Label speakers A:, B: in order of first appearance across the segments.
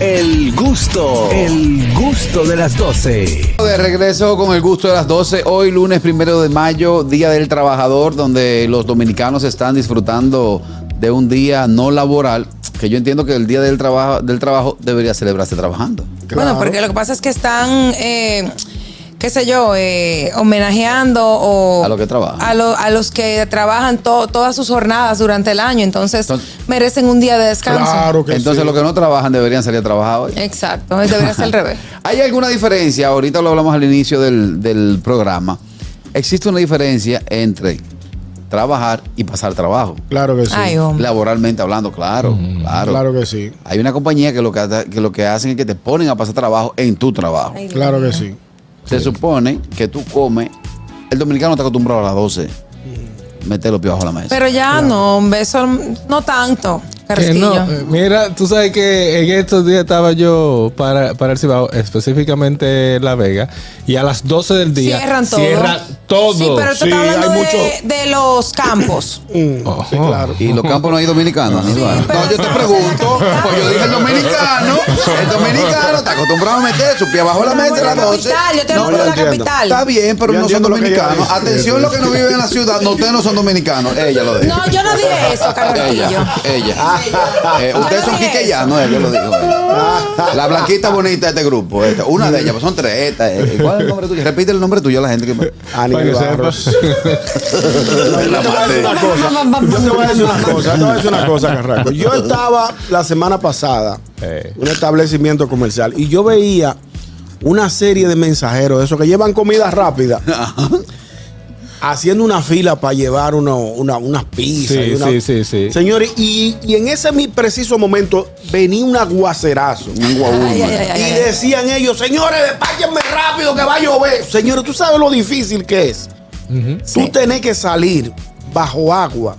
A: El gusto, el gusto de las 12.
B: De regreso con el gusto de las 12, hoy lunes primero de mayo, Día del Trabajador, donde los dominicanos están disfrutando de un día no laboral, que yo entiendo que el Día del Trabajo, del trabajo debería celebrarse trabajando.
C: Bueno, porque lo que pasa es que están, eh, qué sé yo, eh, homenajeando o...
B: A los que trabajan.
C: A, lo- a los que trabajan to- todas sus jornadas durante el año, entonces,
B: Entonces-
C: merecen un día de descanso.
D: Claro que
B: Entonces
D: sí.
B: los que no trabajan deberían salir a trabajar hoy.
C: Exacto, debería ser al revés.
B: ¿Hay alguna diferencia? Ahorita lo hablamos al inicio del, del programa. Existe una diferencia entre trabajar y pasar trabajo.
D: Claro que sí.
C: Ay, oh. hombre.
B: Laboralmente hablando, claro, claro.
D: Mm, Claro que sí.
B: Hay una compañía que lo que, hace- que lo que hacen es que te ponen a pasar trabajo en tu trabajo.
C: Ay, Dios
D: Claro
C: mío.
D: que sí.
B: Se supone que tú comes. El dominicano está acostumbrado a las 12. Meter los pies bajo la mesa.
C: Pero ya no, hombre, eso no tanto,
E: Que
C: Carrasquillo.
E: no, eh, mira, tú sabes que en estos días estaba yo para, para el Cibao, específicamente La Vega, y a las 12 del día
C: Cierran todo.
E: cierra todo.
C: Sí, pero tú
D: Sí,
C: estás hablando
D: hay
C: de, de los campos.
D: Mm,
E: Ojo.
D: sí, claro.
B: Y los campos no hay dominicanos. Aníbal.
C: pero
B: no, yo te
C: eso
B: pregunto,
C: es la
B: pues yo dije el dominicano, el dominicano está acostumbrado a meter su pie bajo la mesa a las
C: Estamos en
B: 12.
C: la capital, yo te
B: No,
C: hablo de la
D: entiendo.
C: capital.
B: Está bien, pero
D: Yo
B: no son
D: entiendo lo que ella
B: dominicanos.
D: dice.
B: Atención, los que no viven en la ciudad, no, ustedes no son dominicanos. Ella lo dijo.
C: No, yo no dije eso, Carrasquillo.
B: Ella, ella. Eh,
C: Yo
B: ustedes
C: no
B: son
C: dije
B: quiqueyanos, ella eh, lo dijo. ella. La blanquita bonita de este grupo, esta. una de ellas, pues son tres. Esta, eh. ¿Cuál es el nombre tuyo? Repite el nombre tuyo a la gente que me...
D: Aníbal
E: Para que
D: Barros.
E: sepas.
B: la maté.
D: Una cosa, Yo te voy a decir una cosa, yo te voy a decir una cosa, Carraco. Yo estaba la semana pasada
E: Eh.
D: en un establecimiento comercial y yo veía una serie de mensajeros, esos que llevan comida rápida, haciendo una fila para llevar uno- una- unas pizzas.
E: Sí,
D: y una-
E: sí, sí, sí.
D: Señores, y, y en ese mi- preciso momento venía un aguacerazo.
B: Un guaúl,
C: Ay, ay, ay, ay,
D: Y
C: ay.
D: decían ellos, señores, despáchenme rápido que va a llover. Señores, tú sabes lo difícil que es. Tú tenés que salir bajo agua,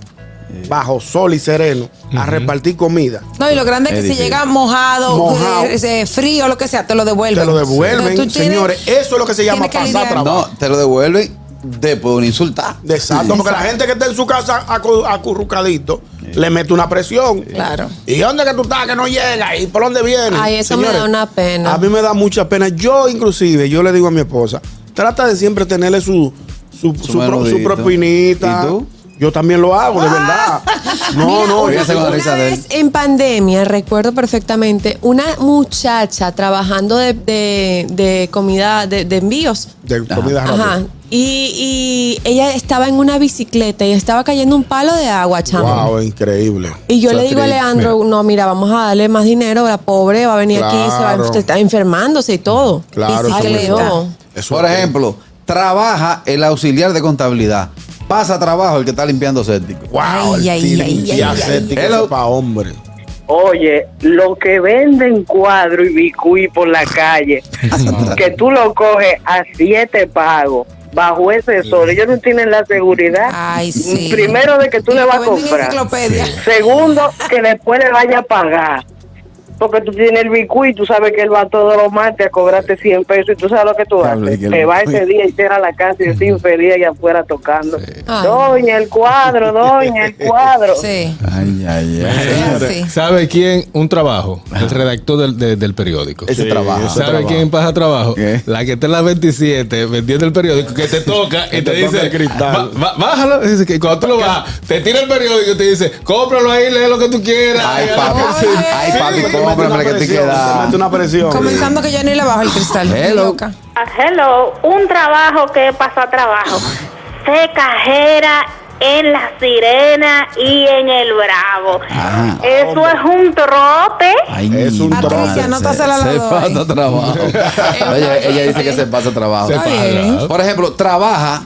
D: bajo sol y sereno, a repartir comida.
C: No, y lo grande es
B: Es
C: que si
B: difícil.
C: llega mojado,
D: Mojado.
C: eh, eh, frío, lo que sea, te lo devuelven.
D: Te lo devuelven,
C: Entonces, tú tienes-
D: señores. Eh, Eso es lo que se llama
C: tienes que
D: pasar
C: lidiar.
D: trabajo.
B: No, te lo devuelven después de un insultar.
D: Exacto, porque la gente que está en su casa acu- acurrucadito le mete una presión.
C: Claro.
D: ¿Y dónde que tú estás que no llega? ¿Y por dónde vienes?
F: Ay, eso me da una pena.
D: A mí me da mucha pena. Yo, inclusive, yo le digo a mi esposa, trata de siempre tenerle su, su, su, pro- su
B: menudito.
D: propinita.
B: ¿Y tú?
D: Yo también lo hago, de verdad. No,
F: Mira,
D: no.
B: Voy a
F: una,
B: hacer
F: una
B: una risa de él.
F: vez en pandemia, Eh, recuerdo perfectamente, una muchacha trabajando de, de- de comida, de, de envíos.
D: De comida rápida.
F: Ajá. Y, y ella estaba en una bicicleta y estaba cayendo un palo de agua, chamo.
D: Wow, increíble.
F: Y yo
B: Eso
F: le
B: es
F: digo a
B: triste.
F: Leandro, no, mira, vamos a darle más dinero, la pobre va a venir aquí, se va,
D: Claro.
F: usted está enfermándose y todo.
D: Claro,
F: y sí
D: eso
F: que
D: me
F: le dio.
D: gusta. Eso
B: Por
D: es-
B: ejemplo, trabaja el auxiliar de contabilidad. Pasa trabajo el que está limpiando séptico.
D: Wow,
C: Ay,
D: el
C: ay,
D: tiro
C: ay, ay,
D: diacético,
B: ay.
D: eso es pa' hombre.
G: Oye, lo que venden cuadro y bicuí por la calle, que tú lo coges a siete pagos bajo ese sol, ellos no tienen la seguridad.
C: Ay, sí.
G: Primero de que tú
C: Y
G: le
C: te
G: vas a
C: venden
G: comprar.
C: enciclopedia.
G: Segundo, que después le vaya a pagar. Porque tú tienes el bicuí, tú sabes que él va todos los martes a cobrarte 100 pesos y tú sabes lo que tú
B: Diablo, y
G: haces.
B: que el
G: Te va
B: bicuí.
G: ese día y te a la casa y estoy infeliz allá afuera tocando.
F: Ay.
G: Doña, el cuadro, doña, el cuadro.
C: Sí.
B: Ay, ay, ay.
C: Ah, Sí.
E: ¿Sabe quién? Un trabajo. El redactor del, de- del periódico.
B: Ese
D: Sí,
B: trabajo.
D: ese
E: ¿Sabe quién pasa trabajo?
B: ¿Qué?
E: La que está en la 27 vendiendo el periódico, que te toca
D: Que
E: y
D: te
E: te,
D: toca
E: dice,
D: el cristal.
E: "Ba- ba- bájalo. Y dice que cuando tú lo bajas, te tira el periódico y te dice, cómpralo ahí, lee lo que tú quieras.
B: Ay, papi.
E: Sí.
B: Ay, papi,
D: Te mete una
B: cómprame que te
D: presión, te
B: queda.
D: mete una presión.
C: Comenzando que yo ni le bajo el cristal. Estoy
B: Hello.
C: loca.
H: Ah, Hello, un trabajo que pasa trabajo. Sé cajera en la sirena y en el bravo.
B: Ah,
H: Eso es un trote.
B: Ay,
D: Es un
B: madre,
D: Patricia,
C: anótasela a las
B: Se
C: dos ahí.
B: pasa trabajo. Ella, ella dice que se pasa trabajo.
E: Se
C: Está
E: para.
C: bien.
B: Por ejemplo, trabaja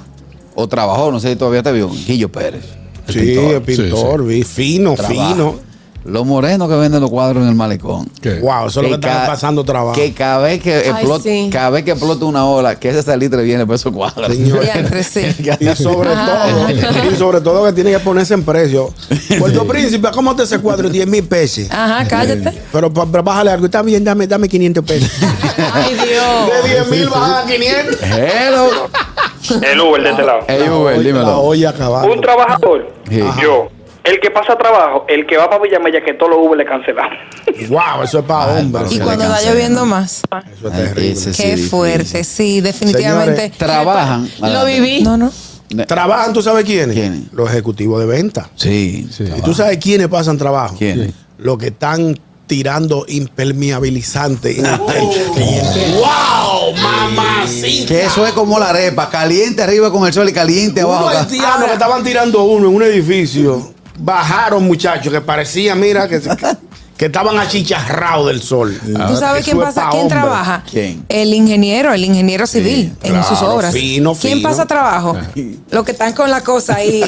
B: o trabajó, no sé si todavía te vio, Guillo Pérez. el
D: Sí,
B: pintor.
D: el pintor, vi, fino,
B: Trabaja.
D: fino.
B: Los morenos que venden los cuadros en el malecón.
E: ¿Qué?
D: Wow, eso es lo que
B: ca-
D: está pasando trabajo.
B: Que cada vez que, explota,
F: sí.
B: cada vez que explota una ola, que ese salitre viene por esos cuadros.
D: Señor.
C: Diantre, sí.
D: Y sobre todo, y sobre todo que tiene que ponerse en precio. Puerto Príncipe, ¿cómo te ese cuadro? 10 mil pesos.
F: Ah.
C: Ajá, cállate.
D: Pero, pa- pero bájale algo, está bien, dame, dame 500 pesos.
C: Ay, Dios.
D: De 10 mil bajan a 500.
B: Hello.
I: El Uber de este lado.
B: Hey, Uber,
D: La
B: dímelo.
D: olla acabando.
I: Un trabajador,
B: Sí.
I: yo,
G: El que pasa trabajo, el que va para Villamella, que todos los Uber le cancelamos.
D: Wow, eso es para
B: Ay,
D: hombres.
B: pero
C: Y
B: se
C: cuando
B: le
C: va
B: cancela.
C: lloviendo más.
D: Eso es terrible.
B: Ese sí
C: Qué
B: difícil.
C: fuerte, sí, definitivamente.
B: Trabajan.
F: Lo viví.
C: No, no.
B: Ne-
D: ¿Trabajan, tú sabes quiénes?
B: ¿Quiénes? Ah.
D: Los ejecutivos de venta.
B: Sí,
E: Sí.
D: ¿Y tú sabes quiénes pasan trabajo?
B: ¿Quiénes?
D: Los que están tirando impermeabilizante en el techo. ¡Wow! ¡Mamacita!
B: Que eso es como la arepa, caliente arriba con el sol y caliente abajo.
D: Unos
B: acá.
D: haitianos que estaban tirando uno en un edificio. Bajaron, muchachos, que parecía, mira, que, que estaban achicharrados del sol.
C: ¿Tú sabes quién
D: Ah, Eso es
C: pasa?
D: pa'
C: ¿Quién
D: hombre.
C: trabaja?
B: ¿Quién?
C: El ingeniero, el ingeniero civil en
D: claro,
C: sus obras.
D: fino,
C: ¿Quién
D: fino.
C: pasa trabajo? Los que están con la cosa ahí. en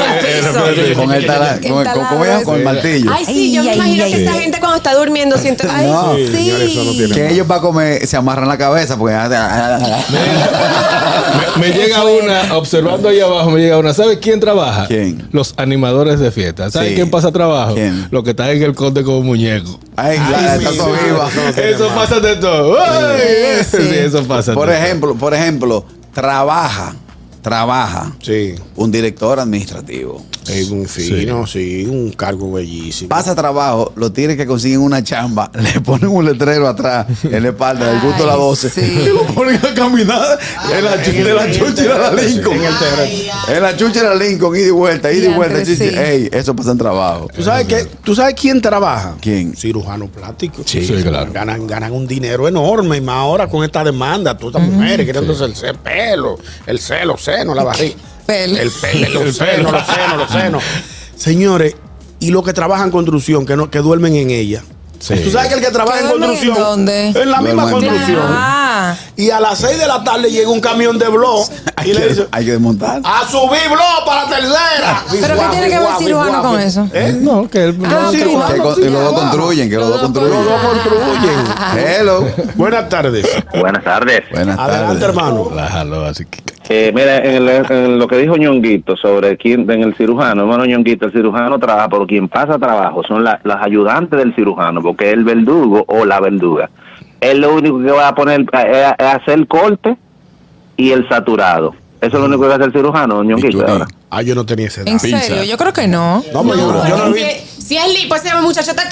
C: el piso.
B: Con el tala-
C: El
B: con, el- con- ¿cómo es?
C: taladro
B: Con el
C: ese.
B: martillo.
F: Ay, sí, yo
C: Ay,
F: me
C: ay,
F: imagino
C: ay,
F: que esa
C: ay.
F: gente cuando está durmiendo siente. Ay,
B: No.
F: sí.
D: señores, eso no tiene
B: Que ellos para comer se amarran la cabeza porque. ah,
E: Me, me llega una, observando ahí abajo, me llega una. ¿Sabes quién trabaja?
B: ¿Quién?
E: Los animadores de fiesta. ¿Sabes
B: Sí.
E: quién pasa trabajo?
B: ¿Quién?
E: Lo que está en el conde como muñeco.
B: Ay, la- está todo viva.
E: Eso pasa de todo. Ay,
C: Sí.
E: sí, eso pasa.
B: Por
E: de
B: ejemplo, por ejemplo, trabaja, trabaja
D: Sí.
B: un director administrativo.
D: Es un fino, sí. un cargo bellísimo.
B: Pasa trabajo, los tigres que consiguen una chamba, le ponen un letrero atrás en la espalda del gusto de la
C: Ay,
B: 12
C: sí.
B: y lo ponen a caminar en la, chu- de la chucha a la Lincoln. En la chucha a la Lincoln, ida y vuelta, ida y
C: Diantre,
B: vuelta.
C: sí.
B: chucha. Ey, eso pasa en trabajo.
D: ¿Tú sabes, qué? ¿Tú sabes quién trabaja?
B: ¿Quién?
D: Cirujano plástico.
E: Sí, Sí, claro.
D: Ganan, ganan un dinero enorme, y más ahora con esta demanda. Todas estas mujeres queriéndose el ce- pelo, el celo, seno, la barriga.
C: Pelo.
D: El pelo, los senos, los senos, los senos. Señores, y los que trabajan en construcción, que, no, que duermen en ella.
E: Sí.
D: ¿Tú sabes que el que trabaja
C: ¿Que
D: en
C: duermen en
D: construcción?
C: dónde?
D: en la misma
B: Duermen en
D: construcción.
C: Ah,
D: Y a las 6 de la tarde llega un camión de blog y
B: Hay
D: le
B: que,
D: dice, "Ah,
B: hay que desmontar.
D: a subir blog para tercera.
C: ¿Pero qué tiene que ver el cirujano con eso?
E: Eh, No, que él.
C: Ah,
E: no,
C: ok.
E: que-
B: Que, con- y los dos construyen, que los dos construyen.
D: Los dos construyen.
B: Hello.
D: Buenas tardes.
G: Buenas tardes.
B: Buenas
D: Adelante,
B: tardes.
D: hermano.
E: Relájalo, así que.
G: Eh, mira, en, el- en lo que dijo Ñonguito sobre quién, en el cirujano, hermano Ñonguito, el cirujano trabaja, pero quien pasa trabajo son la- las ayudantes del cirujano, porque el verdugo o la verduga es lo único que va a poner, eh, es, hacer el corte y el saturado. Eso es lo único que hace el cirujano, Ñonguito.
B: Bisturí.
G: ahora.
D: Ah, yo no tenía ese
C: ¿en
D: dato.
C: serio? Yo creo que no.
D: No, pero yo, no- yo no vi.
F: Si, si es lipo ese muchacho está-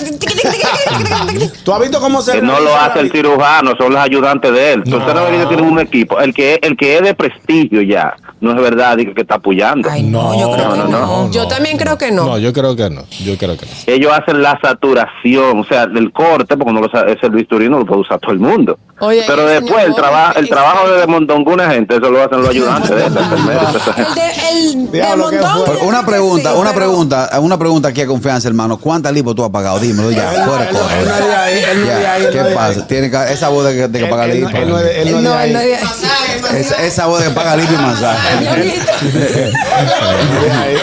D: ¿Tú has visto cómo se
G: Que no lo
D: realiza
G: hace
D: la
G: el
D: vi-
G: cirujano, son las ayudantes de él. Entonces, no. tiene un equipo. El que, el que es de prestigio ya, no es verdad dice que está apoyando.
C: Ay, no, yo creo que
G: no,
C: no.
G: no,
F: Yo también creo que no.
E: No, yo creo que no. Yo creo que no.
G: ellos hacen la saturación, o sea, del corte, porque no lo sa- ese bisturí no lo puede usar todo el mundo.
F: Oye,
G: Pero
F: el
G: después el,
F: señor
G: traba- el
F: es-
G: trabajo de desmondonguna gente, eso lo hacen los ayudantes de esas enfermeras, de esa gente.
C: El de, el de
D: Diablo, qué
C: montón.
D: fuerte.
C: yo creo
B: Una
C: que
B: pregunta,
C: sí,
B: una
C: pero-
B: pregunta, una pregunta aquí a confianza, hermano. ¿Cuántas lipo tú has pagado? Dímelo ya,
D: Él-
B: fuera
D: él-
B: coge.
D: él no es de ahí, él no es de
B: Ya,
D: ahí, él
B: ¿Qué
D: no es de
B: pasa?
D: ahí.
B: Tiene que- esa voz de que, de que
D: Él-
B: paga
D: él
B: lipo.
D: no- él no es de- él no es de
C: No,
D: ahí.
C: él no es
B: Esa, esa voz de que paga lipo y masaje.
E: eh,
D: Deja ahí.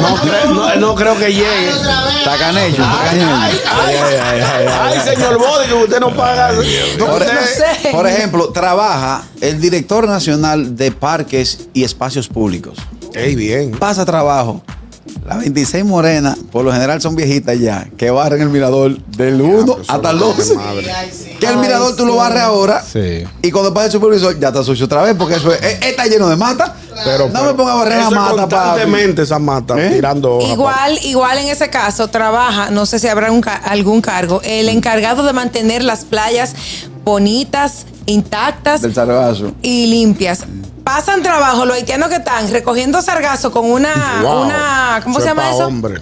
D: No, cre- no- no creo que llegue.
B: Está canecho, está canecho.
D: Ay,
B: Eh,
D: ay, señor Bode, que usted no paga. No,
B: Por,
D: usted-
C: sé.
B: por ejemplo, trabaja el director nacional de parques y espacios públicos.
D: Ey, bien.
B: Pasa trabajo. Las 26 morenas, por lo general son viejitas ya, que barren el mirador del 1
D: pues,
B: hasta el
D: madre,
B: 12.
D: madre.
B: Que el mirador tú lo barres ahora.
E: Sí.
B: Y cuando pasa el supervisor, ya está sucio otra vez, porque eso es- eh, está lleno de mata.
D: Pero,
B: no me ponga a barrer la
D: eso es
B: mata, papi.
D: Constantemente esa mata,
B: ¿Eh?
D: tirando. hojas,
C: Igual, igual en ese caso trabaja, no sé si habrá un ca- algún cargo, el encargado de mantener las playas bonitas, intactas
B: Del sargazo.
C: y limpias. Pasan trabajo los haitianos que están recogiendo sargazo con una,
D: Wow.
C: una ¿cómo
D: Eso
C: se
D: es
C: llama
D: pa'
C: eso?
D: hombre.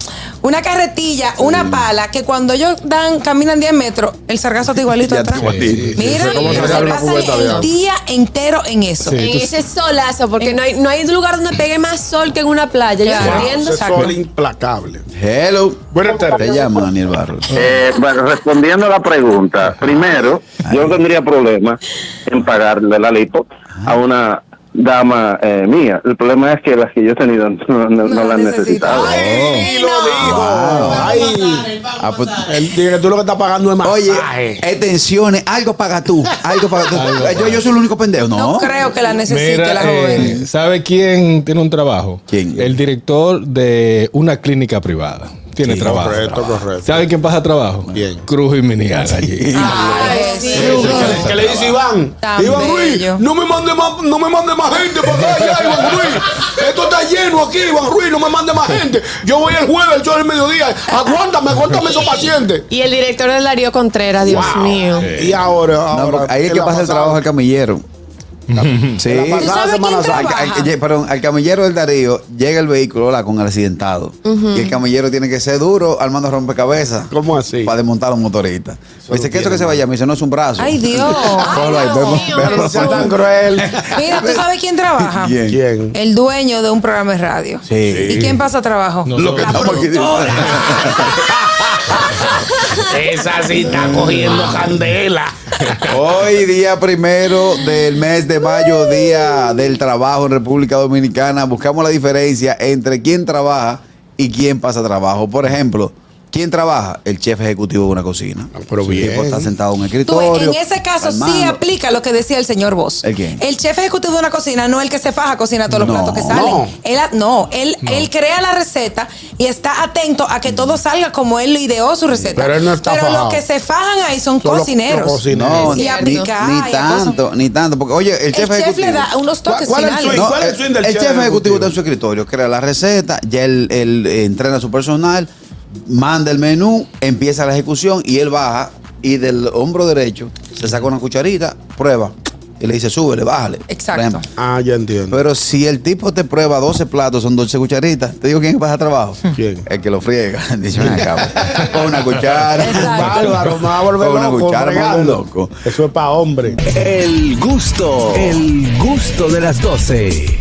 C: Una carretilla, una pala, que cuando ellos dan, caminan 10 metros, el sargazo está igualito
B: Ya
C: atrás.
B: está igualito.
C: Mira,
D: Eso es como
C: se
D: sacar una
C: pasan
D: cubeta de agua.
C: el día entero en eso.
E: Sí.
F: En ese solazo, porque no hay, no hay lugar donde pegue más sol que en una playa. Yo
C: Claro.
D: Wow,
F: corriendo.
D: ese sol implacable.
B: Hello.
D: Buenas tardes.
B: Te llamo Daniel Barros.
G: Eh, bueno, respondiendo a la pregunta, primero, yo no tendría problema en pagarle la lipo a una dama eh, mía. El problema es que las que yo he tenido no, no- no
C: No
G: las
C: las
G: he necesitado.
C: necesitaba.
D: Y lo dijo. Ay,
B: Ah, pues-
D: él dice que tú lo que estás pagando es
B: Oye,
D: masaje.
B: atenciones, algo paga tú, algo paga tú. yo, yo soy el único pendejo, ¿no?
C: No creo que la necesite
E: Mira,
C: la
E: eh,
C: joven.
E: ¿sabe quién tiene un trabajo?
B: ¿Quién?
E: El director de una clínica privada. tiene
D: Sí,
E: trabajo.
D: correcto, correcto.
E: ¿Saben quién pasa trabajo?
D: Bien.
E: Cruz y Minigal
C: Ah,
E: allí.
C: Ay, sí.
D: Que, le dice Iván,
C: Tan
D: Iván Ruiz,
C: bello.
D: no me mande más, no me mande más gente para acá ya, Iván Ruiz. Esto está lleno aquí, Iván Ruiz, no me mande más gente. Yo voy el jueves, yo el mediodía. Aguántame, aguántame esos pacientes.
F: Y el director es Darío Contreras, Dios mío.
D: Y ahora,
B: No,
D: ahora
B: porque ahí es que pasa el trabajo al camillero. Sí,
D: la pasada ¿Tú
C: sabes Semana quién Santa. trabaja?
B: Al- al- perdón, al camillero del Darío llega el vehículo hola, con el accidentado. Y el camillero tiene que ser duro armando rompecabezas
D: ¿Cómo así?
B: para desmontar a un motorista. Me dice, ¿qué es eso que se vaya? Me dice, no es un brazo.
C: Ay, Dios.
B: Ponlo ahí,
F: Dios
B: vemos-
F: mío,
B: vemos-
D: No sea tan cruel.
C: Mira, ¿tú sabes quién trabaja?
B: Bien.
D: ¿Quién?
C: El dueño de un programa de radio.
B: Sí.
C: ¿Y quién pasa trabajo?
E: Nosotros.
B: que estamos aquí-
D: Esa sí está cogiendo candela.
B: Hoy día primero del mes de mayo, día del trabajo en República Dominicana. Buscamos la diferencia entre quién trabaja y quién pasa trabajo. Por ejemplo, ¿quién trabaja? El chef ejecutivo de una cocina.
D: Ah, pero
B: Sí,
D: bien.
B: tipo, está sentado en un
C: Tú,
B: escritorio.
C: en ese caso sí
B: armando.
C: aplica lo que decía el señor Vos.
B: ¿El quién?
C: chef ejecutivo de una cocina no el que se faja cocina todos
B: No,
C: los platos que salen.
D: no.
C: Él, a- no, él, él crea la receta y está atento a que todo salga como él ideó su receta.
D: Pero él no está fajado.
C: los que se fajan ahí son,
D: Son los-
C: cocineros.
D: los cocineros.
B: No,
C: Es
B: ni,
C: cierto.
B: ni- ni
C: Ay,
B: tanto, ni tanto. Porque, oye, el
C: El
B: chef
C: chef,
B: ejecutivo.
C: le da unos toques
D: ¿Cuál- cuál es el
C: finales.
D: swing? ¿Cuál es el
B: el-
D: swing del
B: el
D: chef
B: chef ejecutivo
D: ejecutivo?
B: está en su escritorio, crea la receta, ya él, él, eh, entrena a su personal, manda el menú, empieza la ejecución y él baja y del hombro derecho se saca una cucharita, prueba y le dice, súbele, bájale.
C: Exacto.
B: Por ejemplo.
D: Ah, ya entiendo.
B: Pero si el tipo te prueba 12 platos, son 12 cucharitas, te digo quién pasa trabajo.
D: ¿Quién?
B: El que lo friega. Dice, "Ven acá, pues". Con una cuchara.
C: Exacto.
D: Bárbaro, me va a volver
B: Con una
D: loco,
B: cuchara, me va a volver
D: fregando.
B: loco.
D: Eso es para hombre.
A: El gusto, el gusto de las 12.